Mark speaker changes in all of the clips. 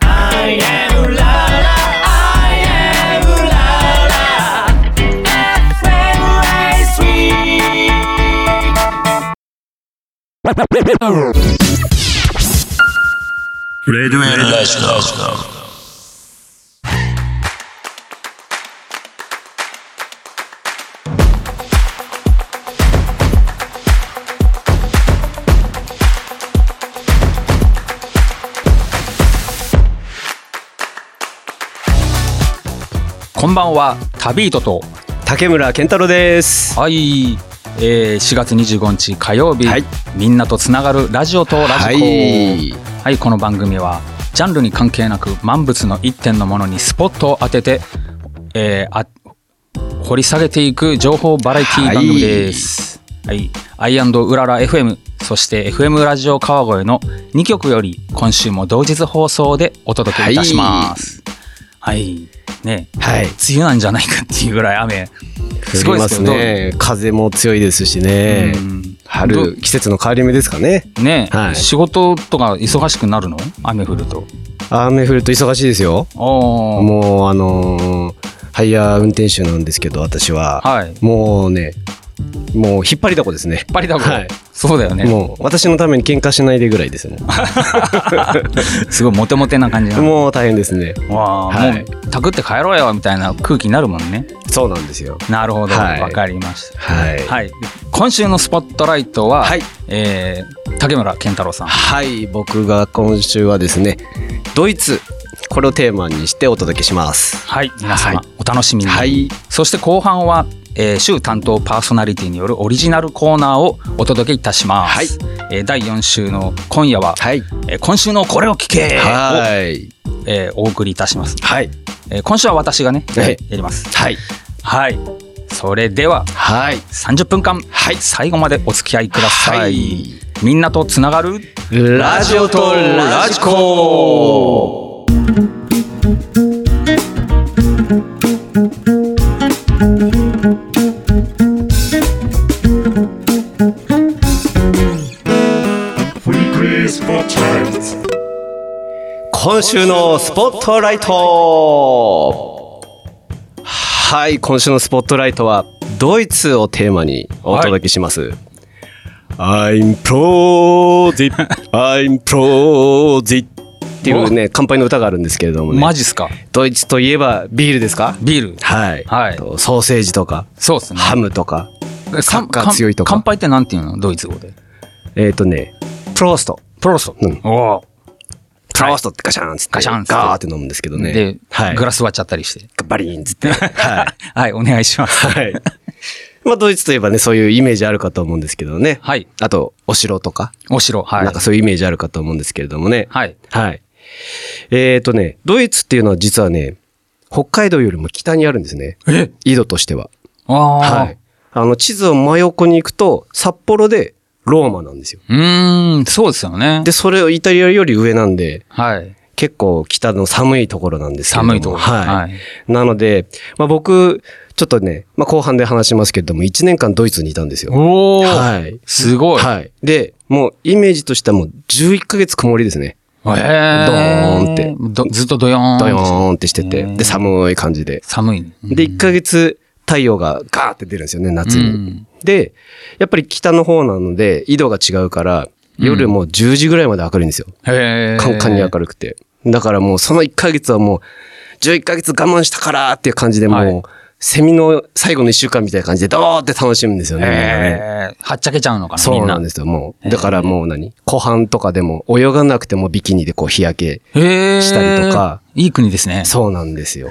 Speaker 1: I am la la, I am la la. FM
Speaker 2: レドウェルライスの
Speaker 3: こんばんは、タビートと。
Speaker 4: 竹村健太郎です。
Speaker 3: はい。えー、4月25日火曜日、
Speaker 4: はい
Speaker 3: みんなとつながるラジオとラジコ、はい、この番組はジャンルに関係なく万物の一点のものにスポットを当てて、えー、あ掘り下げていく情報バラエティ番組です。はい、アイウララ FM そして FM ラジオ川越の2曲より今週も同日放送でお届けいたします。はい、ね
Speaker 4: はい。
Speaker 3: 梅雨なんじゃないかっていうぐらい雨す
Speaker 4: 降
Speaker 3: ごいで
Speaker 4: りますす
Speaker 3: けど
Speaker 4: ね。風も強いですしね
Speaker 3: う。ん
Speaker 4: 春、季節の変わり目ですかね。
Speaker 3: ね、
Speaker 4: はい
Speaker 3: 仕事とか忙しくなるの雨降ると
Speaker 4: 雨降ると忙しいですよ。
Speaker 3: ああ
Speaker 4: もう、あのーハイヤー運転手なんですけど、私は。
Speaker 3: はい引っ
Speaker 4: もうね、もう引っ張りだこですね。
Speaker 3: 張りだこ、
Speaker 4: はい
Speaker 3: そうだよね
Speaker 4: もう私のために喧嘩しないでぐらいですもん。
Speaker 3: すごいモテモテな感じなの
Speaker 4: もう大変ですね。
Speaker 3: わあ、
Speaker 4: はい
Speaker 3: もうタクって帰ろうよみたいな空気になるもんね
Speaker 4: そうなんですよ。
Speaker 3: なるほどわ、
Speaker 4: はい
Speaker 3: かりました
Speaker 4: はい。
Speaker 3: はい今週のスポットライトは、
Speaker 4: はい
Speaker 3: えー竹村健太郎さん
Speaker 4: はい、僕が今週はですね、ドイツ、これをテーマにしてお届けします。
Speaker 3: はい皆様、
Speaker 4: はい
Speaker 3: お楽しみに、
Speaker 4: はい。
Speaker 3: そして後半は、えー週担当パーソナリティによるオリジナルコーナーをお届けいたします、えー第4週の今夜は、
Speaker 4: はい。
Speaker 3: えー今週のこれを聞けを、
Speaker 4: はい。
Speaker 3: えーお送りいたします、
Speaker 4: はい。
Speaker 3: えー今週は私がね、
Speaker 4: はい
Speaker 3: やります
Speaker 4: はい。
Speaker 3: はいそれでは
Speaker 4: はい。
Speaker 3: 30分間、最後までお付き合いください、
Speaker 4: はい
Speaker 3: みんなとつながる
Speaker 4: ラジオとラジコ今週のスポットライトはい、今週のスポットライトは、ドイツをテーマにお届けします。I'm Prozit, I'm Prozit っていうね、乾杯の歌があるんですけれどもね。
Speaker 3: マジっすか
Speaker 4: ドイツといえばビールですか
Speaker 3: ビール
Speaker 4: はい。
Speaker 3: はい
Speaker 4: とソーセージとか、
Speaker 3: そうですね
Speaker 4: ハムとか、サッカー強いとか
Speaker 3: 乾杯ってなんていうのドイツ語で
Speaker 4: えっ、とね、プロースト。
Speaker 3: プロソ、
Speaker 4: うん
Speaker 3: おー
Speaker 4: プローストってガシャンっつって、
Speaker 3: ガシャンっつって
Speaker 4: ガーって飲むんですけどね。
Speaker 3: で、
Speaker 4: はい。
Speaker 3: グラス割っちゃったりして
Speaker 4: バリーンっつって。 はい。
Speaker 3: はいお願いします
Speaker 4: はい。 まあ、ドイツといえばね、そういうイメージあるかと思うんですけどね。
Speaker 3: はい
Speaker 4: あと、お城とか、
Speaker 3: お城はい
Speaker 4: なんかそういうイメージあるかと思うんですけれどもね。
Speaker 3: はい
Speaker 4: はい。えっ、とね、ドイツっていうのは実はね、北海道よりも北にあるんですね。
Speaker 3: え
Speaker 4: 緯度としては。
Speaker 3: ああ、
Speaker 4: はい。あの、地図を真横に行くと、札幌でローマなんですよ。
Speaker 3: うーんそうですよね
Speaker 4: で、それをイタリアより上なんで、
Speaker 3: はい
Speaker 4: 結構北の寒いところなんですけれども
Speaker 3: 寒いところ
Speaker 4: はい。
Speaker 3: はい
Speaker 4: なので、まあ僕、ちょっとね、まあ後半で話しますけれども、1年間ドイツにいたんですよ。
Speaker 3: おお、
Speaker 4: はい。
Speaker 3: すごい、
Speaker 4: はい。で、もうイメージとしてはもう11ヶ月曇りですね。
Speaker 3: へー
Speaker 4: ドーンって
Speaker 3: どずっとドヨーン
Speaker 4: ドヨーンってしてて、で、寒い感じで。
Speaker 3: 寒いね、うん
Speaker 4: で、1ヶ月太陽がガーって出るんですよね、夏に。
Speaker 3: うん
Speaker 4: で、やっぱり北の方なので、緯度が違うから、夜もう10時ぐらいまで明るいんですよ。
Speaker 3: へえ
Speaker 4: カンカンに明るくて。だからもうその1ヶ月はもう、11ヶ月我慢したからっていう感じでもう、
Speaker 3: はい
Speaker 4: セミの最後の1週間みたいな感じで、ドーって楽しむんですよね。みんなね
Speaker 3: へえはっちゃけちゃうのかなみ
Speaker 4: そうん
Speaker 3: な
Speaker 4: なんですよ、もう。だからもう何湖畔とかでも泳がなくてもビキニでこう日焼 け。
Speaker 3: へえ
Speaker 4: したりとか
Speaker 3: いい国ですね
Speaker 4: そうなんで すよ。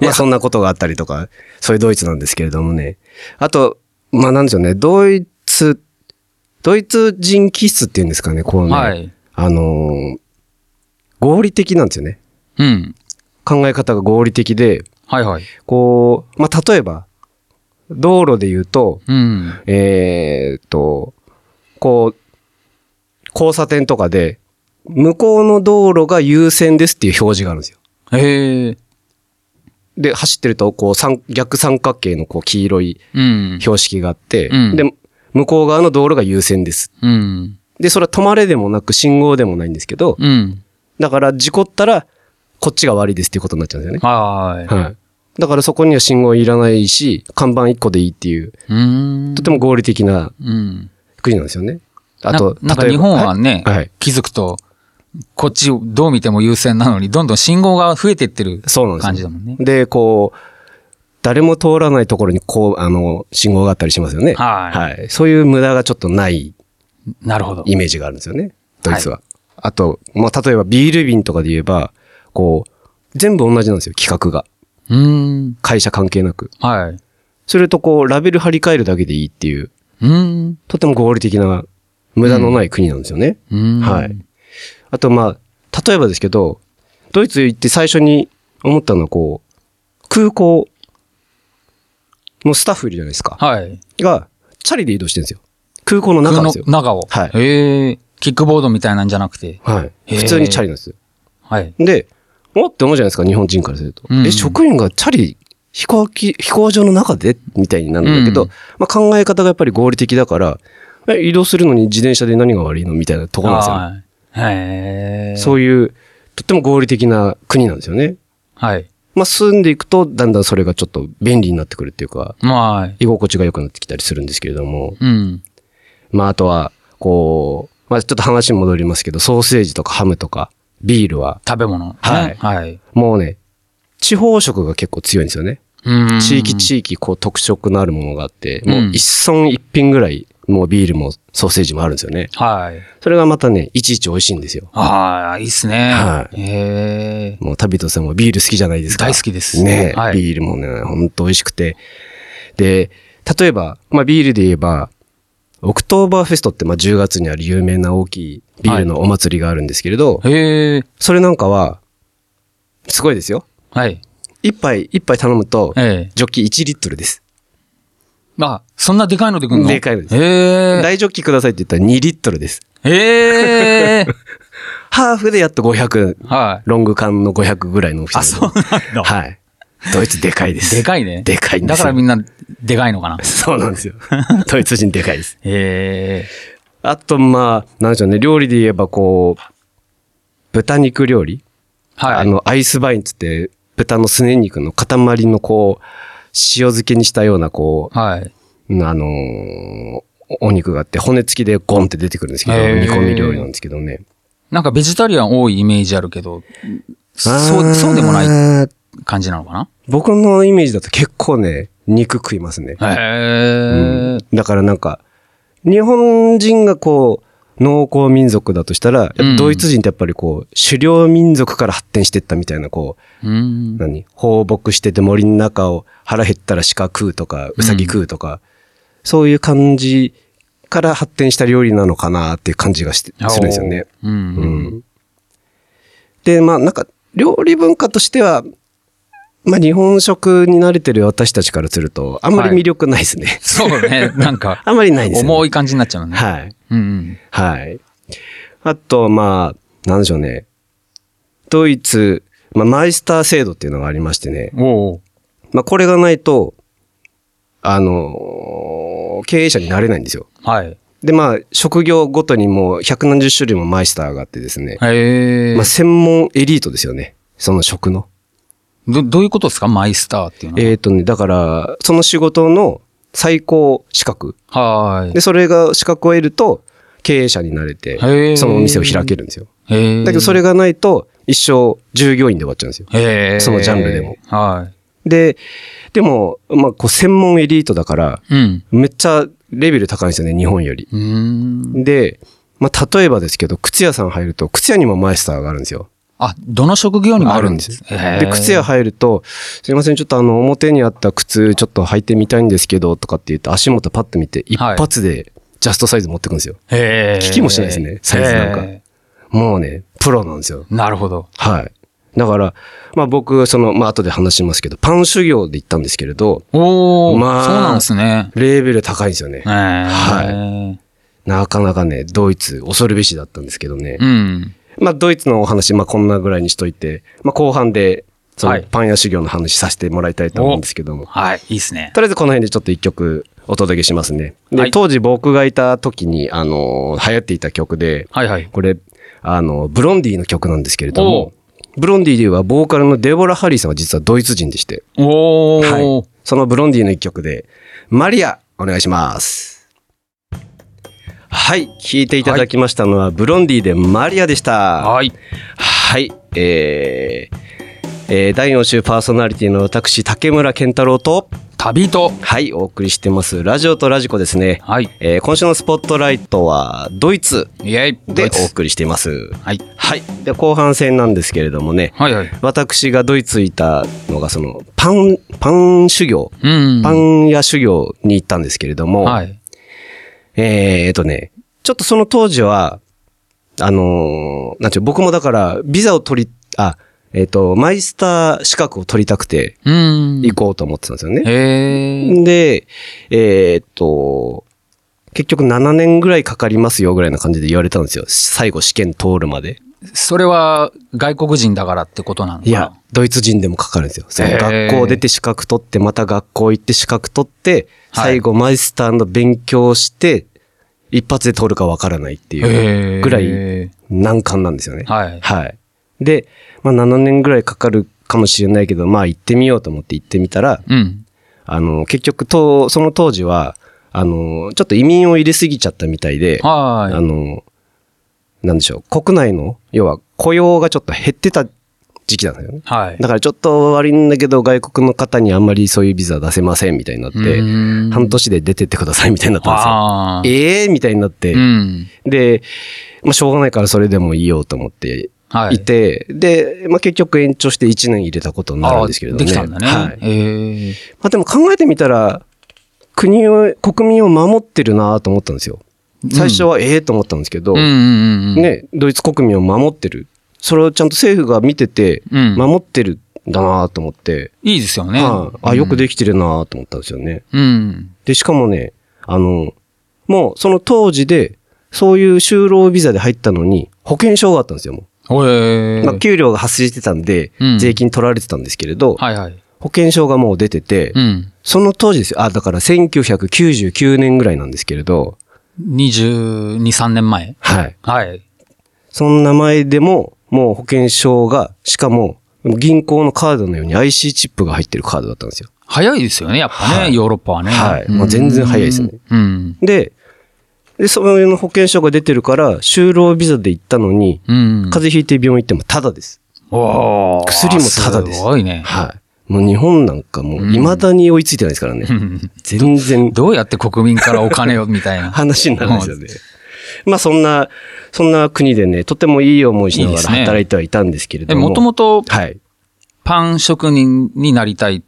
Speaker 4: まあそんなことがあったりとか、そういうドイツなんですけれどもね。あと、まあなんでしょうね、ドイツ、ドイツ人気質っていうんですかね、こうね。
Speaker 3: はい
Speaker 4: あのー合理的なんですよね。
Speaker 3: うん
Speaker 4: 考え方が合理的で、
Speaker 3: はいはい
Speaker 4: こう、まあ例えば、道路で言うと、
Speaker 3: うん
Speaker 4: えーっと、こう、交差点とかで、向こうの道路が優先ですっていう表示があるんですよ。
Speaker 3: へえ
Speaker 4: で、走ってると、こう、三逆三角形のこう、黄色い
Speaker 3: うん
Speaker 4: 標識があって、
Speaker 3: うん
Speaker 4: で、向こう側の道路が優先です。
Speaker 3: うん
Speaker 4: で、それは止まれでもなく信号でもないんですけど、
Speaker 3: うん
Speaker 4: だから事故ったら、こっちが悪いですっていうことになっちゃうんですよね。
Speaker 3: はい。
Speaker 4: はい。だからそこには信号いらないし、看板1個でいいっていう、
Speaker 3: うーん
Speaker 4: と。ても合理的な
Speaker 3: うん。
Speaker 4: 国なんですよね。あ
Speaker 3: な
Speaker 4: と、
Speaker 3: なんか
Speaker 4: 例え
Speaker 3: 日
Speaker 4: ば
Speaker 3: 本はね、
Speaker 4: はいはい
Speaker 3: 気づくと、こっちどう見ても優先なのに、どんどん信号が増えてってる
Speaker 4: そうなんですよ
Speaker 3: 感じだもんね。
Speaker 4: で、こう、誰も通らないところに、こう、あの、信号があったりしますよね。
Speaker 3: はい
Speaker 4: はい。そういう無駄がちょっとない
Speaker 3: なるほど。
Speaker 4: イメージがあるんですよね。ドイツは。あと、まあ、例えばビール瓶とかで言えば、こう、全部同じなんですよ、規格が。
Speaker 3: うーん。
Speaker 4: 会社関係なく。
Speaker 3: はい。
Speaker 4: それとこう、ラベル張り替えるだけでいいっていう、
Speaker 3: うーん。
Speaker 4: とても合理的な、無駄のない国なんですよね。
Speaker 3: うーん
Speaker 4: はい。。あと、まあ、例えばですけど、ドイツ行って最初に思ったのは、こう、空港のスタッフいるじゃないですか。
Speaker 3: はい。
Speaker 4: が、チャリで移動してるんですよ。空港の
Speaker 3: 中
Speaker 4: 中なん
Speaker 3: の
Speaker 4: ですよ。
Speaker 3: 中を。
Speaker 4: はい
Speaker 3: へえ。キックボードみたいなんじゃなくて。
Speaker 4: はい。
Speaker 3: へー
Speaker 4: 普通にチャリなんですよ。
Speaker 3: はい。
Speaker 4: で、おって思うじゃないですか、日本人からすると。
Speaker 3: うんうん
Speaker 4: え、職員がチャリ、飛行機、飛行場の中でみたいになるんだけど、
Speaker 3: うん
Speaker 4: まあ考え方がやっぱり合理的だから、え移動するのに自転車で何が悪いのみたいなところなんですよ。
Speaker 3: はい。へえ。
Speaker 4: そういう、とっても合理的な国なんですよね。
Speaker 3: はい。
Speaker 4: まあ住んでいくと、だんだんそれがちょっと便利になってくるっていうか、
Speaker 3: まあ、
Speaker 4: 居心地が良くなってきたりするんですけれども、
Speaker 3: うん。
Speaker 4: まあ、あとは、こう、まあ、ちょっと話に戻りますけど、ソーセージとかハムとか、ビールは、
Speaker 3: 食べ物。
Speaker 4: はい
Speaker 3: ねはい。
Speaker 4: もうね、地方食が結構強いんですよね。
Speaker 3: うん
Speaker 4: 地域地域、こう、特色のあるものがあって、
Speaker 3: うん
Speaker 4: もう一村一品ぐらい、もうビールもソーセージもあるんですよね。
Speaker 3: はい。
Speaker 4: それがまたね、いちいち美味しいんですよ。
Speaker 3: ああ、いいっすね。
Speaker 4: は
Speaker 3: へえ。
Speaker 4: もう、旅人さんもビール好きじゃないですか。
Speaker 3: 大好きです
Speaker 4: ねえ、
Speaker 3: はい
Speaker 4: ビールもね、ほんと美味しくて。で、例えば、まあ、ビールで言えば、オクトーバーフェストって、まあ、10月にある有名な大きいビールのお祭りがあるんですけれど、
Speaker 3: へえ。
Speaker 4: それなんかは、すごいですよ。
Speaker 3: はい。
Speaker 4: 一杯、一杯頼むと、
Speaker 3: ええ。
Speaker 4: ジョッキ1リットルです。
Speaker 3: あ、そんなでかいのでくんの
Speaker 4: でかいのです
Speaker 3: へえ。
Speaker 4: 大ジョッキくださいって言ったら2リットルです。
Speaker 3: へえ。
Speaker 4: ハーフでやっと500、
Speaker 3: はい。
Speaker 4: ロング缶の500ぐらいの大きさ。
Speaker 3: あ、そうなんだ。
Speaker 4: はい。ドイツでかいです。
Speaker 3: でかいね。
Speaker 4: でかいんで
Speaker 3: だ
Speaker 4: す
Speaker 3: か
Speaker 4: よ
Speaker 3: らみんな、でかいのかな。
Speaker 4: そうなんですよ。ドイツ人でかいです。
Speaker 3: へえ。
Speaker 4: あと、まあ、なんでしょうね。料理で言えば、こう、豚肉料理、
Speaker 3: はい。
Speaker 4: あの、アイスバインつって、豚のすね肉の塊のこう、塩漬けにしたような、こう、
Speaker 3: はい。
Speaker 4: うんあのーおお肉があって、骨付きでゴンって出てくるんですけど、
Speaker 3: へー
Speaker 4: 煮込み料理なんですけどね。
Speaker 3: なんかベジタリアン多いイメージあるけど、そ
Speaker 4: あー
Speaker 3: う、そうでもない感じなのか
Speaker 4: 僕のイメージだと結構ね、肉食いますね。
Speaker 3: なへえ。
Speaker 4: だからなんか、日本人がこう、農耕民族だとしたら、やっぱドイツ人ってやっぱりこう、狩猟民族から発展していったみたいな、こ
Speaker 3: うん
Speaker 4: う、。何放牧してて森の中を腹減ったら鹿食うとか、ウサギ食うとか、そういう感じから発展した料理なのかなっていう感じがしてするんですよね。
Speaker 3: おー。うん。
Speaker 4: うんで、まあなんか、料理文化としては、まあ日本食に慣れてる私たちからすると、あんまり魅力ないですね。
Speaker 3: そうね。なんか、
Speaker 4: あんまりないですよね。
Speaker 3: 重い感じになっちゃうね。
Speaker 4: はい。
Speaker 3: うんうん。
Speaker 4: はい。あと、まあ、なんでしょうね。ドイツ、まあマイスター制度っていうのがありましてね。
Speaker 3: おお。
Speaker 4: まあこれがないと、あのー経営者になれないんですよ。
Speaker 3: はい。
Speaker 4: で、まあ、職業ごとにもう百何十種類もマイスターがあってですね。
Speaker 3: へえ
Speaker 4: まあ、。専門エリートですよね。その職の。
Speaker 3: ど、どういうことですかマイスターっていうのは。
Speaker 4: えっ、とね、だから、その仕事の最高資格。
Speaker 3: はー
Speaker 4: で、それが資格を得ると、経営者になれて
Speaker 3: へ、ー
Speaker 4: そのお店を開けるんですよ。
Speaker 3: い。へえ。
Speaker 4: だけど、それがないと、一生従業員で終わっちゃうんですよ。
Speaker 3: へー
Speaker 4: そのジャンルでも。
Speaker 3: は
Speaker 4: で、でも、まあ、こう、専門エリートだから、
Speaker 3: い。うん。
Speaker 4: めっちゃレベル高いんですよね、日本より。
Speaker 3: うーん。
Speaker 4: で、まあ、例えばですけど、靴屋さん入ると、靴屋にもマイスターがあるんですよ。
Speaker 3: あ、どの職業にも
Speaker 4: あ
Speaker 3: あ
Speaker 4: る
Speaker 3: る
Speaker 4: ん
Speaker 3: ん
Speaker 4: で
Speaker 3: ですす。。
Speaker 4: で、靴屋
Speaker 3: は
Speaker 4: 入ると、すいません、ちょっとあの、表にあった靴、ちょっと履いてみたいんですけど、とかって言って、足元パッと見て、一
Speaker 3: はい
Speaker 4: 発で、ジャストサイズ持ってくんですよ。
Speaker 3: へー
Speaker 4: 聞きもしないですねサイズなんか
Speaker 3: へ
Speaker 4: もうね、プロなんですよ。
Speaker 3: ーなるほど。
Speaker 4: はい。だから、まあ僕、その、まあ後で話しますけど、パン修行で行ったんですけれど、
Speaker 3: おお、
Speaker 4: まあ
Speaker 3: そうなんですね。
Speaker 4: レベル高いんですよね
Speaker 3: え。
Speaker 4: は
Speaker 3: はい
Speaker 4: なかなかね、ドイツ、恐るべしだったんですけどね。
Speaker 3: うん。
Speaker 4: まあドイツのお話、まあこんなぐらいにしといて、まあ後半で、そ
Speaker 3: は
Speaker 4: の
Speaker 3: い
Speaker 4: パン屋修行の話させてもらいたいと思うんですけども。
Speaker 3: はい、いいっすね。
Speaker 4: とりあえずこの辺でちょっと一曲お届けしますね。で、
Speaker 3: はい
Speaker 4: 当時僕がいた時に、あのー流行っていた曲で、
Speaker 3: はいはい。
Speaker 4: これ、あの、ブロンディの曲なんですけれども、ブロンディではボーカルのデボラ・ハリーさんは実はドイツ人でして、
Speaker 3: おー。
Speaker 4: はいそのブロンディの一曲で、マリア、お願いします。はい、聴いていただきましたのは、ブロンディでマリアでした。
Speaker 3: はい。
Speaker 4: はい、えーえー第4週パーソナリティの私、竹村健太郎と、
Speaker 3: 旅と。
Speaker 4: はい、お送りしてます、ラジオとラジコですね。
Speaker 3: はい。
Speaker 4: えー今週のスポットライトは、ドイツ
Speaker 3: イェイ。
Speaker 4: で
Speaker 3: ドイ
Speaker 4: お
Speaker 3: ツ
Speaker 4: 送りしています。
Speaker 3: はい。
Speaker 4: はい、で、後半戦なんですけれどもね、
Speaker 3: はいはい。
Speaker 4: 私がドイツいたのが、その、パン、パン修行、
Speaker 3: うん。
Speaker 4: パン屋修行に行ったんですけれども、
Speaker 3: はい。
Speaker 4: えー、とね、ちょっとその当時は、あのーなんちゅう、僕もだから、ビザを取り、あ、えっ、と、マイスター資格を取りたくて
Speaker 3: うん。
Speaker 4: 行こうと思ってたんですよね。
Speaker 3: へー。
Speaker 4: で、えっ、と、結局7年ぐらいかかりますよぐらいな感じで言われたんですよ。最後試験通るまで。
Speaker 3: それは外国人だからってことなのかない
Speaker 4: や、ドイツ人でもかかるんですよ。その
Speaker 3: へー
Speaker 4: 学校出て資格取って、また学校行って資格取って、
Speaker 3: はい
Speaker 4: 最後マイスターの勉強して、一発で通るかわからないってい
Speaker 3: へー
Speaker 4: うぐらい難関なんですよね。
Speaker 3: はい。
Speaker 4: はい。で、まあ7年ぐらいかかるかもしれないけど、まあ行ってみようと思って行ってみたら、
Speaker 3: うん。
Speaker 4: あの、結局と、その当時は、あの、ちょっと移民を入れすぎちゃったみたいで、
Speaker 3: は
Speaker 4: あ
Speaker 3: ーい。
Speaker 4: の、なんでしょう、国内の、要は雇用がちょっと減ってた時期なんですよね。
Speaker 3: はい。
Speaker 4: だからちょっと悪いんだけど、外国の方にあんまりそういうビザ出せませんみたいになって、
Speaker 3: うん
Speaker 4: 半年で出てってくださいみたいになった
Speaker 3: あー
Speaker 4: んですよ。ええー、みたいになって、
Speaker 3: うん。
Speaker 4: で、まあ、しょうがないからそれでもいいよと思って
Speaker 3: はい。
Speaker 4: いて、で、まあ、結局延長して1年入れたことにな
Speaker 3: あ
Speaker 4: る
Speaker 3: ー
Speaker 4: んですけれどね。
Speaker 3: できたんだね。
Speaker 4: はい。ま
Speaker 3: へー。
Speaker 4: あ、でも考えてみたら、国を、国民を守ってるなと思ったんですよ。最初はええと思ったんですけど、
Speaker 3: うんうんうんうん。。
Speaker 4: ね、ドイツ国民を守ってる。それをちゃんと政府が見てて、
Speaker 3: うん
Speaker 4: 守ってるんだなと思って、
Speaker 3: いいですよね。
Speaker 4: はいあ、よくできてるなと思ったんですよね。
Speaker 3: うん。
Speaker 4: で、しかもね、あの、もうその当時で、そういう就労ビザで入ったのに、保険証があったんですよ、も
Speaker 3: ほ
Speaker 4: う。
Speaker 3: え
Speaker 4: まあ、給料が発生してたんで
Speaker 3: うん、
Speaker 4: 税金取られてたんですけれど、
Speaker 3: はいはい。
Speaker 4: 保険証がもう出てて、
Speaker 3: うん。
Speaker 4: その当時ですよ。あ、だから1999年ぐらいなんですけれど、
Speaker 3: 22、3年前。
Speaker 4: はい。
Speaker 3: はい。
Speaker 4: その名前でも、もう保険証が、しかも、銀行のカードのように IC チップが入ってるカードだったんですよ。
Speaker 3: 早いですよね、やっぱね、
Speaker 4: はい
Speaker 3: ヨーロッパはね。
Speaker 4: はい
Speaker 3: うん
Speaker 4: もう全然早いですね。
Speaker 3: うん。
Speaker 4: で、で、その保険証が出てるから、就労ビザで行ったのに、
Speaker 3: うん。
Speaker 4: 風邪ひいて病院行ってもタダです。
Speaker 3: おー
Speaker 4: 薬もタダです
Speaker 3: すごいね。
Speaker 4: はい。もう日本なんかもう未だに追いついてないですからね。全然
Speaker 3: どうやって国民からお金をみたい な。
Speaker 4: 話になるんですよね。まあそんな、そんな国でね、とてもいい思いしなが
Speaker 3: いい
Speaker 4: ら
Speaker 3: ですね
Speaker 4: 働いてはいたんですけれ
Speaker 3: え、
Speaker 4: ども。
Speaker 3: もともと
Speaker 4: はい。
Speaker 3: パン職人になりたい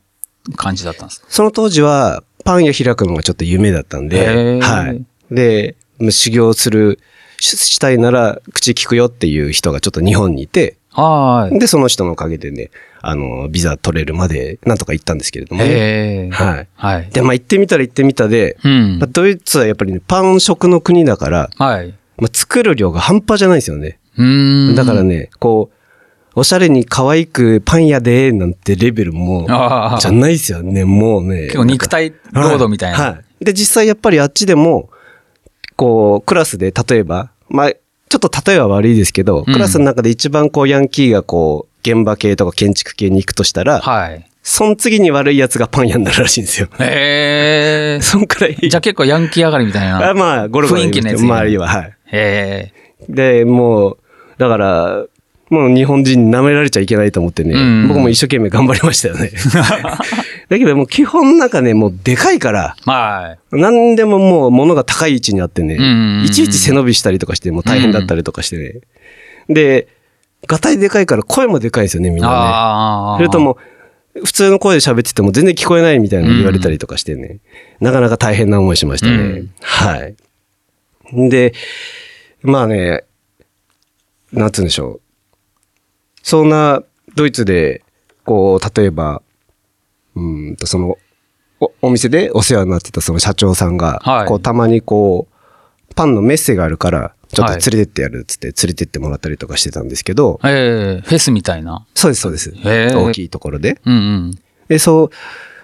Speaker 3: 感じだったんですか
Speaker 4: その当時はパン屋開くのがちょっと夢だったん
Speaker 3: へー
Speaker 4: で、はい。で、修行する、ししたいなら口聞くよっていう人がちょっと日本にいて、
Speaker 3: はーい。
Speaker 4: で、その人のおかげでね、あの、ビザ取れるまでなんとか行ったんですけれどもね。
Speaker 3: へえ。
Speaker 4: はい。
Speaker 3: はい。
Speaker 4: で、まあ行ってみたら行ってみたで、
Speaker 3: うん
Speaker 4: まあ。ドイツはやっぱりね、パン食の国だから、
Speaker 3: はい。う
Speaker 4: まあ、作る量が半端じゃないんですよね。
Speaker 3: ーん。
Speaker 4: だから。ね、こう、おしゃれに可愛くパン屋で、なんてレベルも、
Speaker 3: ああ
Speaker 4: じゃ。ないですよね、もうね。
Speaker 3: 結構肉体
Speaker 4: は
Speaker 3: 労
Speaker 4: い
Speaker 3: 働みたいな。
Speaker 4: はい。で、実際やっぱりあっちでも、こう、クラスで例えば、まあ、ちょっと例えは悪いですけど、
Speaker 3: うん
Speaker 4: クラスの中で一番こう、ヤンキーがこう、現場系とか建築系に行くとしたら、
Speaker 3: はい。
Speaker 4: その次に悪い奴がパン屋になるらしい んですよ。
Speaker 3: へえ。
Speaker 4: そんくらい。
Speaker 3: じゃあ結構ヤンキー上がりみたい
Speaker 4: あ
Speaker 3: な。
Speaker 4: まあ、ゴロゴロ言いますけど
Speaker 3: 雰囲気のやつ
Speaker 4: 周りは、はい。
Speaker 3: へえ。
Speaker 4: で、もう、だから、もう日本人に舐められちゃいけないと思ってね、
Speaker 3: うん
Speaker 4: 僕も一生懸命頑張りました よね。だけどもう基本なんかね、もうでかいから、
Speaker 3: はい。
Speaker 4: 何でももう物が高い位置にあって
Speaker 3: うんうんうん
Speaker 4: ね、いちいち背伸びしたりとかして、もう大変だったりとかしてね。で、ガタイでかいから声もでかいんですよね、みんなね。
Speaker 3: ああ。
Speaker 4: それとも、普通の声で喋ってても全然聞こえないみたいなの言われたりとかしてね、なかなか大変な思いしましたね。
Speaker 3: うん
Speaker 4: はい。で、まあね、なんつうんでしょう。そんなドイツで、こう、例えば、うーんと、その、おお店でお世話になってたその社長さんが、
Speaker 3: はい
Speaker 4: こう、たまにこう、パンのメッセがあるから、ちょっと連れてってやるっつって連れてってもらったりとかしてたんですけど、
Speaker 3: ええ、フェスみたいな。
Speaker 4: そうです、そうです。
Speaker 3: へえ
Speaker 4: 大きいところで。
Speaker 3: うんうん。
Speaker 4: で、そう、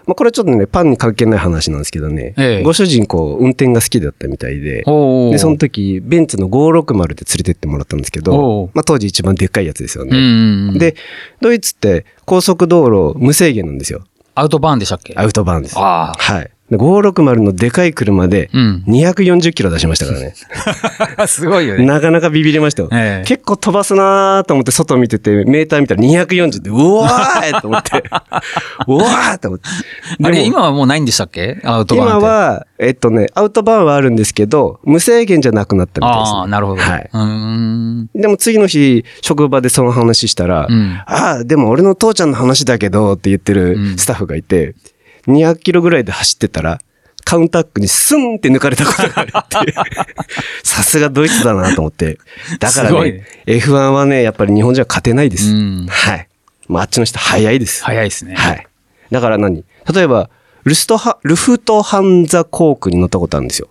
Speaker 4: まあ、これはちょっとね、パンに関係ない話なんですけどね、
Speaker 3: ええ
Speaker 4: ご主人こう、運転が好きだったみたいで、
Speaker 3: おー
Speaker 4: で、その時、ベンツの560で連れてってもらったんですけ
Speaker 3: おう
Speaker 4: ど、まあ、当時一番でっかいやつですよ
Speaker 3: うんう
Speaker 4: ね。
Speaker 3: んうん、
Speaker 4: で、ドイツって高速道路無制限なんですよ。
Speaker 3: アウトバーンでしたっけ
Speaker 4: アウトバーンです。は
Speaker 3: あ
Speaker 4: い。で560のでかい車で
Speaker 3: うん
Speaker 4: 240キロ出しましたから ね。
Speaker 3: あ。すごいよね。
Speaker 4: なかなかビビりましたよ。
Speaker 3: ええ
Speaker 4: 結構飛ばすなーと思って外見てて、メーター見たら240って、うわーいと 思って、うわーと思って。
Speaker 3: あれ、
Speaker 4: でも
Speaker 3: 今はもうないんでしたっけアウトバーンって。
Speaker 4: 今は、えっとね、アウトバーンはあるんですけど、無制限じゃなくなったみたいです、
Speaker 3: ああ、なるほど。
Speaker 4: はいう
Speaker 3: ーん。
Speaker 4: でも次の日、職場でその話したら、
Speaker 3: うん
Speaker 4: ああ、でも俺の父ちゃんの話だけどって言って
Speaker 3: うん
Speaker 4: るスタッフがいて、200キロぐらいで走ってたら、カウンタックにスンって抜かれたことがあるっ ていう。さすがドイツだなと思って。だから
Speaker 3: すごい
Speaker 4: ね
Speaker 3: ね、
Speaker 4: F1 はね、やっぱり日本人は勝てないです。
Speaker 3: うん
Speaker 4: はい。まあ、あっちの人早いです。
Speaker 3: 早いですね。
Speaker 4: はい。だから何例えば、ルストハ、ルフトハンザ航空に乗ったことあるんですよ。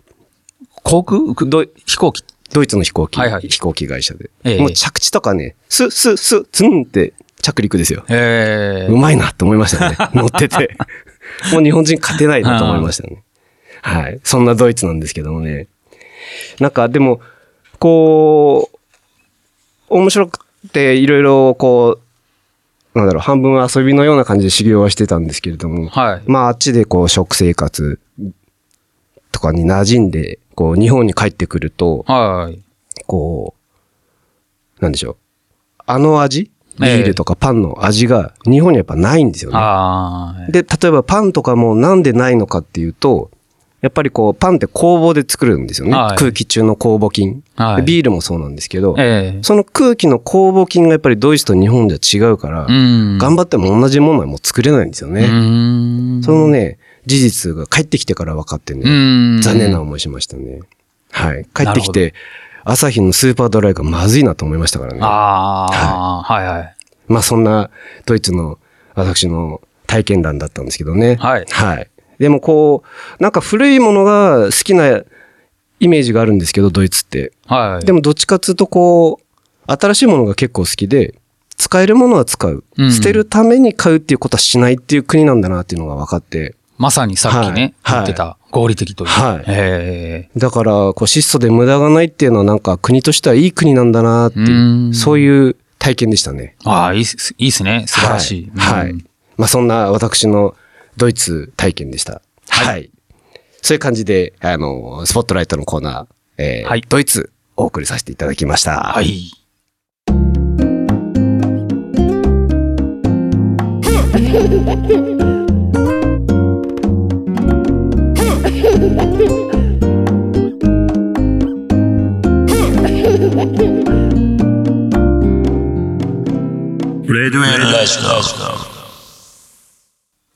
Speaker 3: 航空くどう飛行機。
Speaker 4: ドイツの飛行機、
Speaker 3: はいはい
Speaker 4: 飛行機会社で。
Speaker 3: ええ
Speaker 4: もう着地とかね、スッスッスッツンって着陸ですよ。
Speaker 3: ええ
Speaker 4: うまいなと思いました ね。乗ってて。もう日本人勝てないなと思いましたね。はい。そんなドイツなんですけどもね。なんかでも、こう、面白くていろいろこう、なんだろう、半分遊びのような感じで修行はしてたんですけれども、
Speaker 3: はい。
Speaker 4: まあ、あっちでこう、食生活とかに馴染んで、こう、日本に帰ってくると、
Speaker 3: はい。
Speaker 4: こう、なんでしょう。あの味ビ
Speaker 3: ええ
Speaker 4: ールとかパンの味が日本にはやっぱないんですよね。
Speaker 3: ああ。
Speaker 4: で、例えばパンとかもなんでないのかっていうと、やっぱりこう、パンって工房で作るんですよね。
Speaker 3: はい
Speaker 4: 空気中の酵母菌、
Speaker 3: はい
Speaker 4: でビールもそうなんですけど、
Speaker 3: ええ
Speaker 4: その空気の酵母菌がやっぱりドイツと日本じゃ違うから、
Speaker 3: うん。
Speaker 4: 頑張っても同じものはもう作れないんですよね。
Speaker 3: うん。
Speaker 4: そのね、事実が帰ってきてから分かって
Speaker 3: う
Speaker 4: ね、
Speaker 3: ん。
Speaker 4: 残念な思いしましたね。はい。帰ってき
Speaker 3: な
Speaker 4: て、朝日のスーパードライがまずいなと思いましたからね。
Speaker 3: ああ、はいはい。
Speaker 4: まあそんなドイツの私の体験談だったんですけどね。
Speaker 3: はい
Speaker 4: はい。でもこう、なんか古いものが好きなイメージがあるんですけど、ドイツって。
Speaker 3: はい。
Speaker 4: でもどっちかっつうとこう、新しいものが結構好きで、使えるものは使う。
Speaker 3: うん
Speaker 4: 捨てるために買うっていうことはしないっていう国なんだなっていうのが分かって。
Speaker 3: まさにさっきね、
Speaker 4: はい
Speaker 3: 言ってた合理的という。
Speaker 4: はい
Speaker 3: え
Speaker 4: だから、こう、質素で無駄がないっていうのはなんか国としてはいい国なんだなって
Speaker 3: う
Speaker 4: い
Speaker 3: ん
Speaker 4: う、そういう体験でしたね。
Speaker 3: えああ、いいっすいいっすね。素晴らしい。
Speaker 4: はい。はい
Speaker 3: うん
Speaker 4: まあ、そんな私のドイツ体験でした。はい。そういう感じで、あの、スポットライトのコーナー、えー
Speaker 3: はい
Speaker 4: ドイツお送りさせていただきました。
Speaker 3: は。い。
Speaker 2: Radio Erasmus.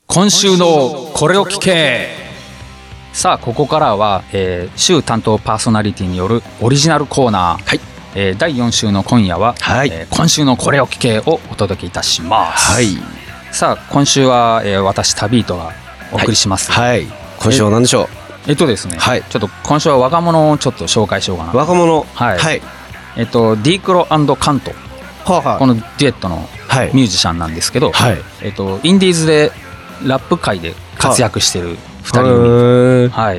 Speaker 3: 今週のこれを聞けさあここからは、えー週担当パーソナリティによるオリジナルコーナー、
Speaker 4: はい
Speaker 3: えー第4週の今夜は、
Speaker 4: はい
Speaker 3: えー今週のこれを聞けをお届けいたします、
Speaker 4: はい。
Speaker 3: さあ今週は、えー私タビートがお送りします、
Speaker 4: はい。今週は何でしょ
Speaker 3: えっとですね、
Speaker 4: はい
Speaker 3: ちょっと今週は若者をちょっと紹介しようか
Speaker 4: う
Speaker 3: な
Speaker 4: 若者。
Speaker 3: はい
Speaker 4: はい。
Speaker 3: えっとディークロカント
Speaker 4: はあ、
Speaker 3: こ
Speaker 4: は
Speaker 3: のデュエットの
Speaker 4: あ、はい。
Speaker 3: ミュージシャンなんですけど、
Speaker 4: はい。
Speaker 3: えっとインディーズでラップ界で活躍してる2人組、
Speaker 4: 人
Speaker 3: はい。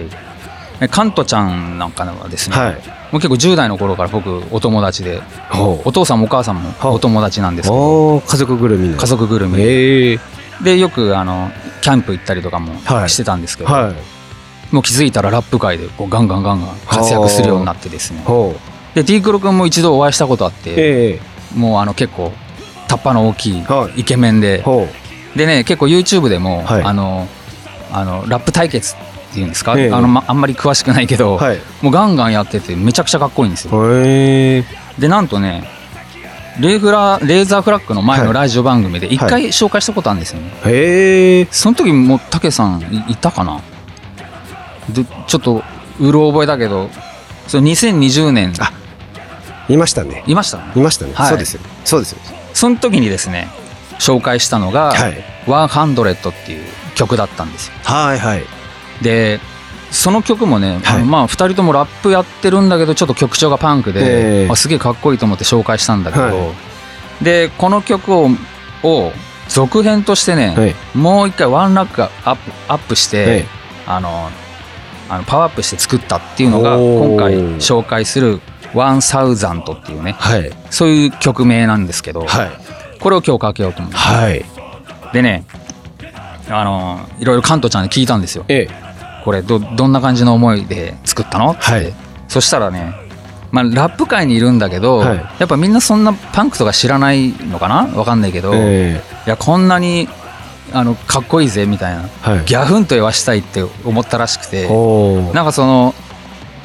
Speaker 3: えカントちゃんなんかはですね、
Speaker 4: はい。
Speaker 3: もう結構10代の頃から僕お友達で、
Speaker 4: ほ
Speaker 3: お父さんもお母さんも
Speaker 4: う
Speaker 3: お友達なんですけど、
Speaker 4: おー家族ぐるみの。
Speaker 3: 家族ぐるみで
Speaker 4: ええ
Speaker 3: でよくあのキャンプ行ったりとかも
Speaker 4: はい
Speaker 3: してたんですけど、
Speaker 4: はい。
Speaker 3: もう気づいたらラップ界でこうガンガンガンガン活躍するようになってですね
Speaker 4: ほう。
Speaker 3: で D クロ君も一度お会いしたことあって、
Speaker 4: え
Speaker 3: もうあの結構タッパの大きい
Speaker 4: はい
Speaker 3: イケメンで、
Speaker 4: えほ
Speaker 3: でね結構 YouTube でも、
Speaker 4: はい
Speaker 3: あのあのラップ対決っていうんですか、
Speaker 4: ええ
Speaker 3: あのまあんまり詳しくないけど、
Speaker 4: う。はい。
Speaker 3: もうガンガンやっててめちゃくちゃかっこいいんですよ
Speaker 4: へえ
Speaker 3: でなんとねレーフラレーザーフラッグの前のラジオ番組で一
Speaker 4: は
Speaker 3: 回紹介したことあるんですよね、
Speaker 4: へえ
Speaker 3: その時もたけさんいいたかなでちょっとうろ覚えだけどその2020年
Speaker 4: あいましたね。
Speaker 3: いましたね
Speaker 4: いましたね。
Speaker 3: はい
Speaker 4: そうですよ。そうですよ。
Speaker 3: その時にですね紹介したのが
Speaker 4: はい。
Speaker 3: 「100」っていう曲だったんですよ
Speaker 4: はいはい。
Speaker 3: でその曲もね、
Speaker 4: はい
Speaker 3: まあ2人ともラップやってるんだけどちょっと曲調がパンクで、
Speaker 4: ええ
Speaker 3: あすげえかっこいいと思って紹介したんだけど、
Speaker 4: は
Speaker 3: でこの曲をを続編としてね、
Speaker 4: はい
Speaker 3: もう一回ワンランクアップアップして、
Speaker 4: はい
Speaker 3: あのあのパワーアップして作ったっていうのが
Speaker 4: おー
Speaker 3: 今回紹介する「ワンサウザントっていうね
Speaker 4: はい。
Speaker 3: そういう曲名なんですけど、
Speaker 4: はい。
Speaker 3: これを今日かけようと思う
Speaker 4: はい。
Speaker 3: でねあのいろいろカントちゃんに聞いたんですよ
Speaker 4: ええ。
Speaker 3: これどどんな感じの思いで作ったのって、
Speaker 4: はい
Speaker 3: そしたらね、まあ、ラップ界にいるんだけど、
Speaker 4: はい
Speaker 3: やっぱみんなそんなパンクとか知らないのかなわかんないけど、
Speaker 4: え
Speaker 3: いやこんなにあのかっこいいぜみたいな、
Speaker 4: はい
Speaker 3: ギャフンと言わしたいって思ったらしくて
Speaker 4: え。おー。
Speaker 3: なんかその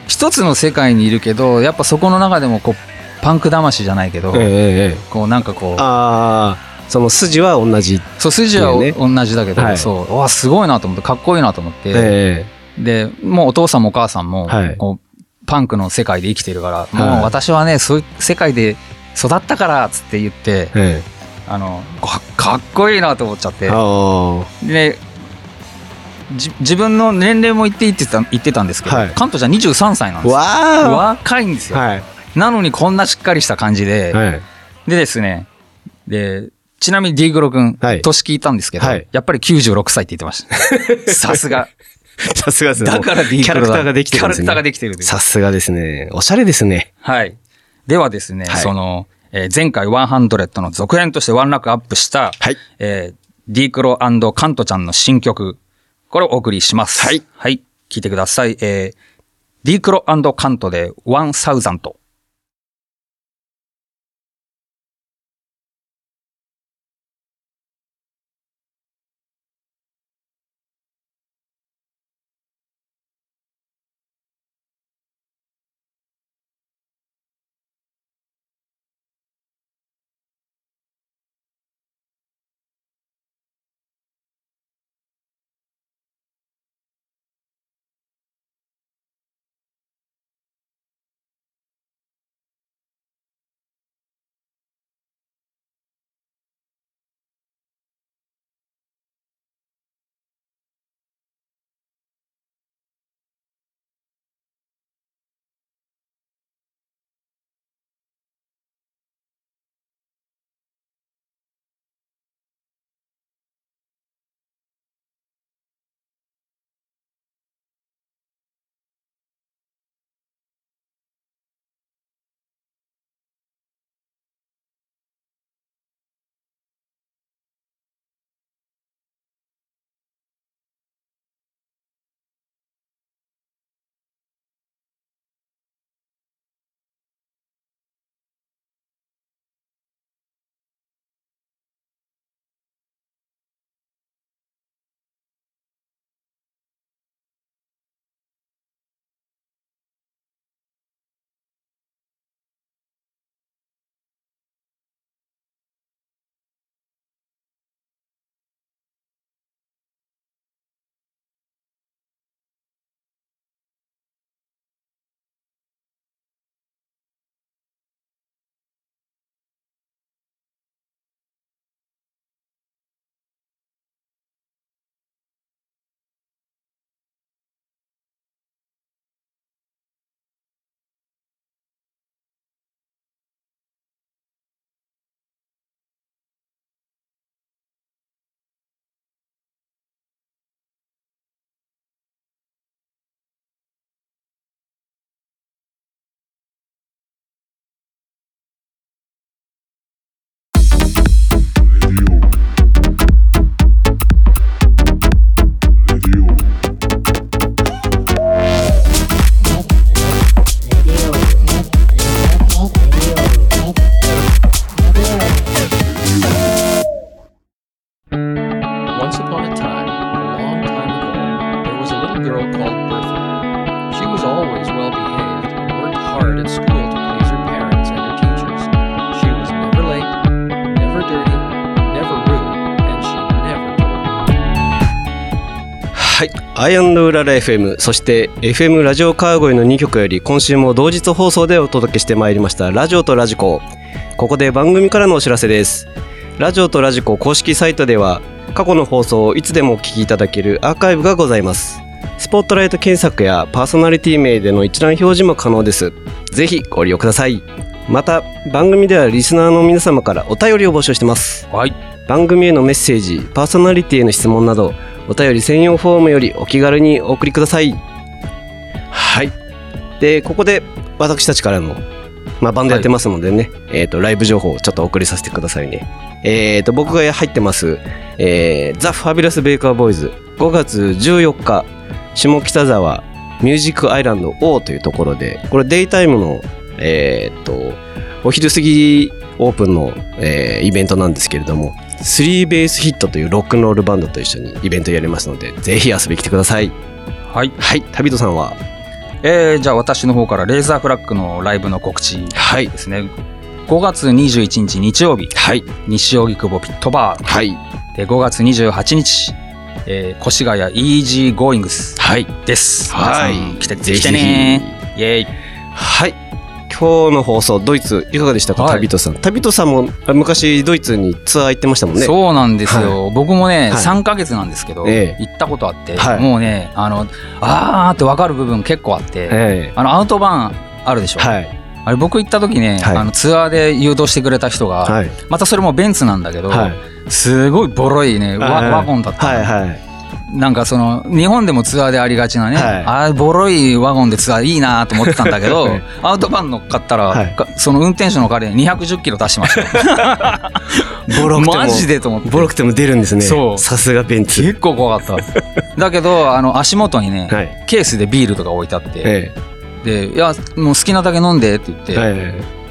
Speaker 3: 一つの世界にいるけどやっぱそこの中でもこうパンク魂じゃないけど、
Speaker 4: ええええええ。
Speaker 3: こうなんかこう
Speaker 4: ああ、その筋は同じ。
Speaker 3: そう筋はお
Speaker 4: ね
Speaker 3: 同じだけど、
Speaker 4: はい
Speaker 3: そううわすごいなと思ってかっこいいなと思って、
Speaker 4: え
Speaker 3: でもうお父さんもお母さんも、
Speaker 4: はい
Speaker 3: こうパンクの世界で生きてるから、
Speaker 4: は
Speaker 3: も
Speaker 4: いう
Speaker 3: 私はねそういう世界で育ったからっつって言って
Speaker 4: え。え
Speaker 3: あのかかっこいいなと思っちゃっ
Speaker 4: え。
Speaker 3: て
Speaker 4: ああ。
Speaker 3: でじ自分の年齢も言っていいって言ってた言ってたんですけど、
Speaker 4: はい
Speaker 3: 関東じゃ23歳なんですよ
Speaker 4: わ
Speaker 3: 若いんです
Speaker 4: ー
Speaker 3: よ、
Speaker 4: はい。
Speaker 3: なのにこんなしっかりした感じで、
Speaker 4: はい。
Speaker 3: でですねでちなみに D グロ君、
Speaker 4: はい
Speaker 3: 年聞いたんですけど、
Speaker 4: はい
Speaker 3: やっぱり96歳って言ってました さすが
Speaker 4: さすがですね。
Speaker 3: だから D
Speaker 4: キャ
Speaker 3: グロ
Speaker 4: ラク
Speaker 3: だ
Speaker 4: ターができてるんです
Speaker 3: キャラク
Speaker 4: ね。
Speaker 3: ターができてるという
Speaker 4: さすがですね。おしゃれですね。
Speaker 3: はい。ではですね、
Speaker 4: はい
Speaker 3: その、えー前回100の続編としてワンランクアップした、
Speaker 4: はい
Speaker 3: えー、D クロカントちゃんの新曲、これをお送りします。
Speaker 4: はい。
Speaker 3: はい。聞いてください。えー、D クロカントで1000と。
Speaker 5: Once upon a time, a long time ago, there was a little girl called Bertha. She was always well behaved and worked hard at school to please her parents and her teachers. She was never late, never dirty, never rude, and she never told.
Speaker 4: はい。アイアンドウララ FM、そして FM ラジオカーゴイの2曲より、今週も同日放送でお届けしてまいりました、ラジオとラジコ。ここで番組からのお知らせです。ラジオとラジコ公式サイトでは、過去の放送をいつでもお聞きいただけるアーカイブがございます。スポットライト検索やパーソナリティ名での一覧表示も可能です。ぜひご利用ください。また、番組ではリスナーの皆様からお便りを募集してます。
Speaker 3: はい。
Speaker 4: 番組へのメッセージパーソナリティへの質問などお便り専用フォームよりお気軽にお送りくださいはいでここで私たちからのまあ、バンドやってますのでね、えっ、と、ライブ情報をちょっとお送りさせてくださいね。えっ、と、僕が入ってます、えー、ザ・ファビュラス・ベイカー・ボーイズ、5月14日、下北沢、ミュージック・アイランド O というところで、これ、デイタイムの、えっ、と、お昼過ぎオープンの、えーイベントなんですけれども、スリーベースヒットというロックンロールバンドと一緒にイベントやりますので、ぜひ遊びに来てください。
Speaker 3: はい、
Speaker 4: はい、旅人さんは、
Speaker 3: えーじゃあ私の方からレーザーフラッグのライブの告知
Speaker 4: はい
Speaker 3: で、すね5月21日日曜日
Speaker 4: はい、
Speaker 3: 西荻窪ピットバ
Speaker 4: はい、
Speaker 3: ーで5月28日、えー、越谷イージーゴーイングス
Speaker 4: はい。
Speaker 3: です
Speaker 4: はい
Speaker 3: 皆さん来て
Speaker 4: ぜひぜひ
Speaker 3: 来てねイエーイ
Speaker 4: はい。今日の放送、ドイツ、いかがでしたか、
Speaker 3: はい
Speaker 4: 旅人さん。旅人さんもあ昔、ドイツにツアー行ってましたもんね。
Speaker 3: そうなんですよ、僕もね、
Speaker 4: はい
Speaker 3: 3ヶ月なんですけど、
Speaker 4: え
Speaker 3: 行ったことあって、
Speaker 4: はい
Speaker 3: もうねあのあーって分かる部分結構あって、
Speaker 4: え
Speaker 3: あのアウトバーンあるでし
Speaker 4: え
Speaker 3: ょ、
Speaker 4: はい。
Speaker 3: あれ僕行った時ね、
Speaker 4: はい
Speaker 3: あのツアーで誘導してくれた人が、
Speaker 4: はい。
Speaker 3: またそれもベンツなんだけど、
Speaker 4: はい
Speaker 3: すごいボロいねワ,、
Speaker 4: はい
Speaker 3: ワゴンだった、
Speaker 4: はい。はい。
Speaker 3: なんかその日本でもツアーでありがちなね、
Speaker 4: はい
Speaker 3: ああボロいワゴンでツアーいいなと思ってたんだけどアウトバーン乗っかったら、
Speaker 4: はい
Speaker 3: かその運転手の彼に210キロ出しま した
Speaker 4: ボロくても。
Speaker 3: マジでと思って
Speaker 4: ボロくても出るんですね。
Speaker 3: そう
Speaker 4: さすがベンツ。
Speaker 3: 結構怖 かっただけどあの足元にね、
Speaker 4: はい
Speaker 3: ケースでビールとか置いてあって、
Speaker 4: え
Speaker 3: で「いやもう好きなだけ飲んで」って言って、
Speaker 4: え。はいはい。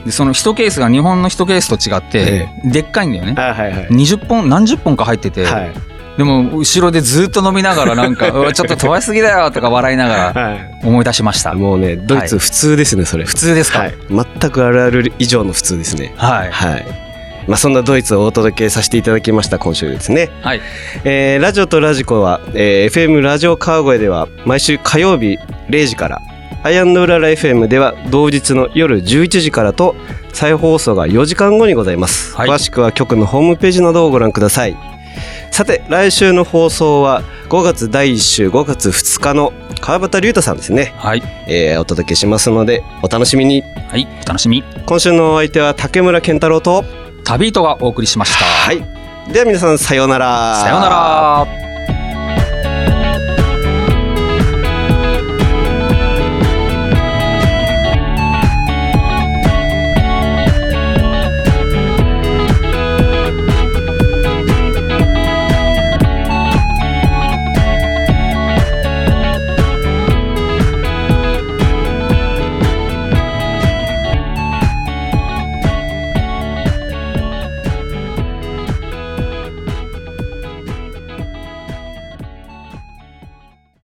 Speaker 3: でその1ケースが日本の1ケースと違って、でっかいんだよね、
Speaker 4: はいはいはい。
Speaker 3: 20本何十本か入ってて、
Speaker 4: はい。
Speaker 3: でも後ろでずっと飲みながらなんか うわ「ちょっと飛ばしすぎだよ」とか笑いながら
Speaker 4: は
Speaker 3: 思い出しました
Speaker 4: い。もうね、ドイツ普通ですね、それ。
Speaker 3: 普通ですか
Speaker 4: はい。全くあるある以上の普通ですね。
Speaker 3: はい
Speaker 4: はい。まあ、そんなドイツをお届けさせていただきました今週ですね。
Speaker 3: はい
Speaker 4: えーラジオとラジコは、えー FM ラジオ川越では毎週火曜日0時からアイアンドウララ FM では同日の夜11時からと再放送が4時間後にございます、
Speaker 3: はい
Speaker 4: 詳しくは局のホームページなどをご覧くださいさて来週の放送は5月第1週5月2日の川端龍太さんですね、
Speaker 3: はい、
Speaker 4: えーお届けしますのでお楽しみに
Speaker 3: はい、お楽しみ
Speaker 4: 今週のお相手は竹村健太郎と
Speaker 3: 旅人がお送りしました、
Speaker 4: はい。では皆さんさようなら。
Speaker 3: さようなら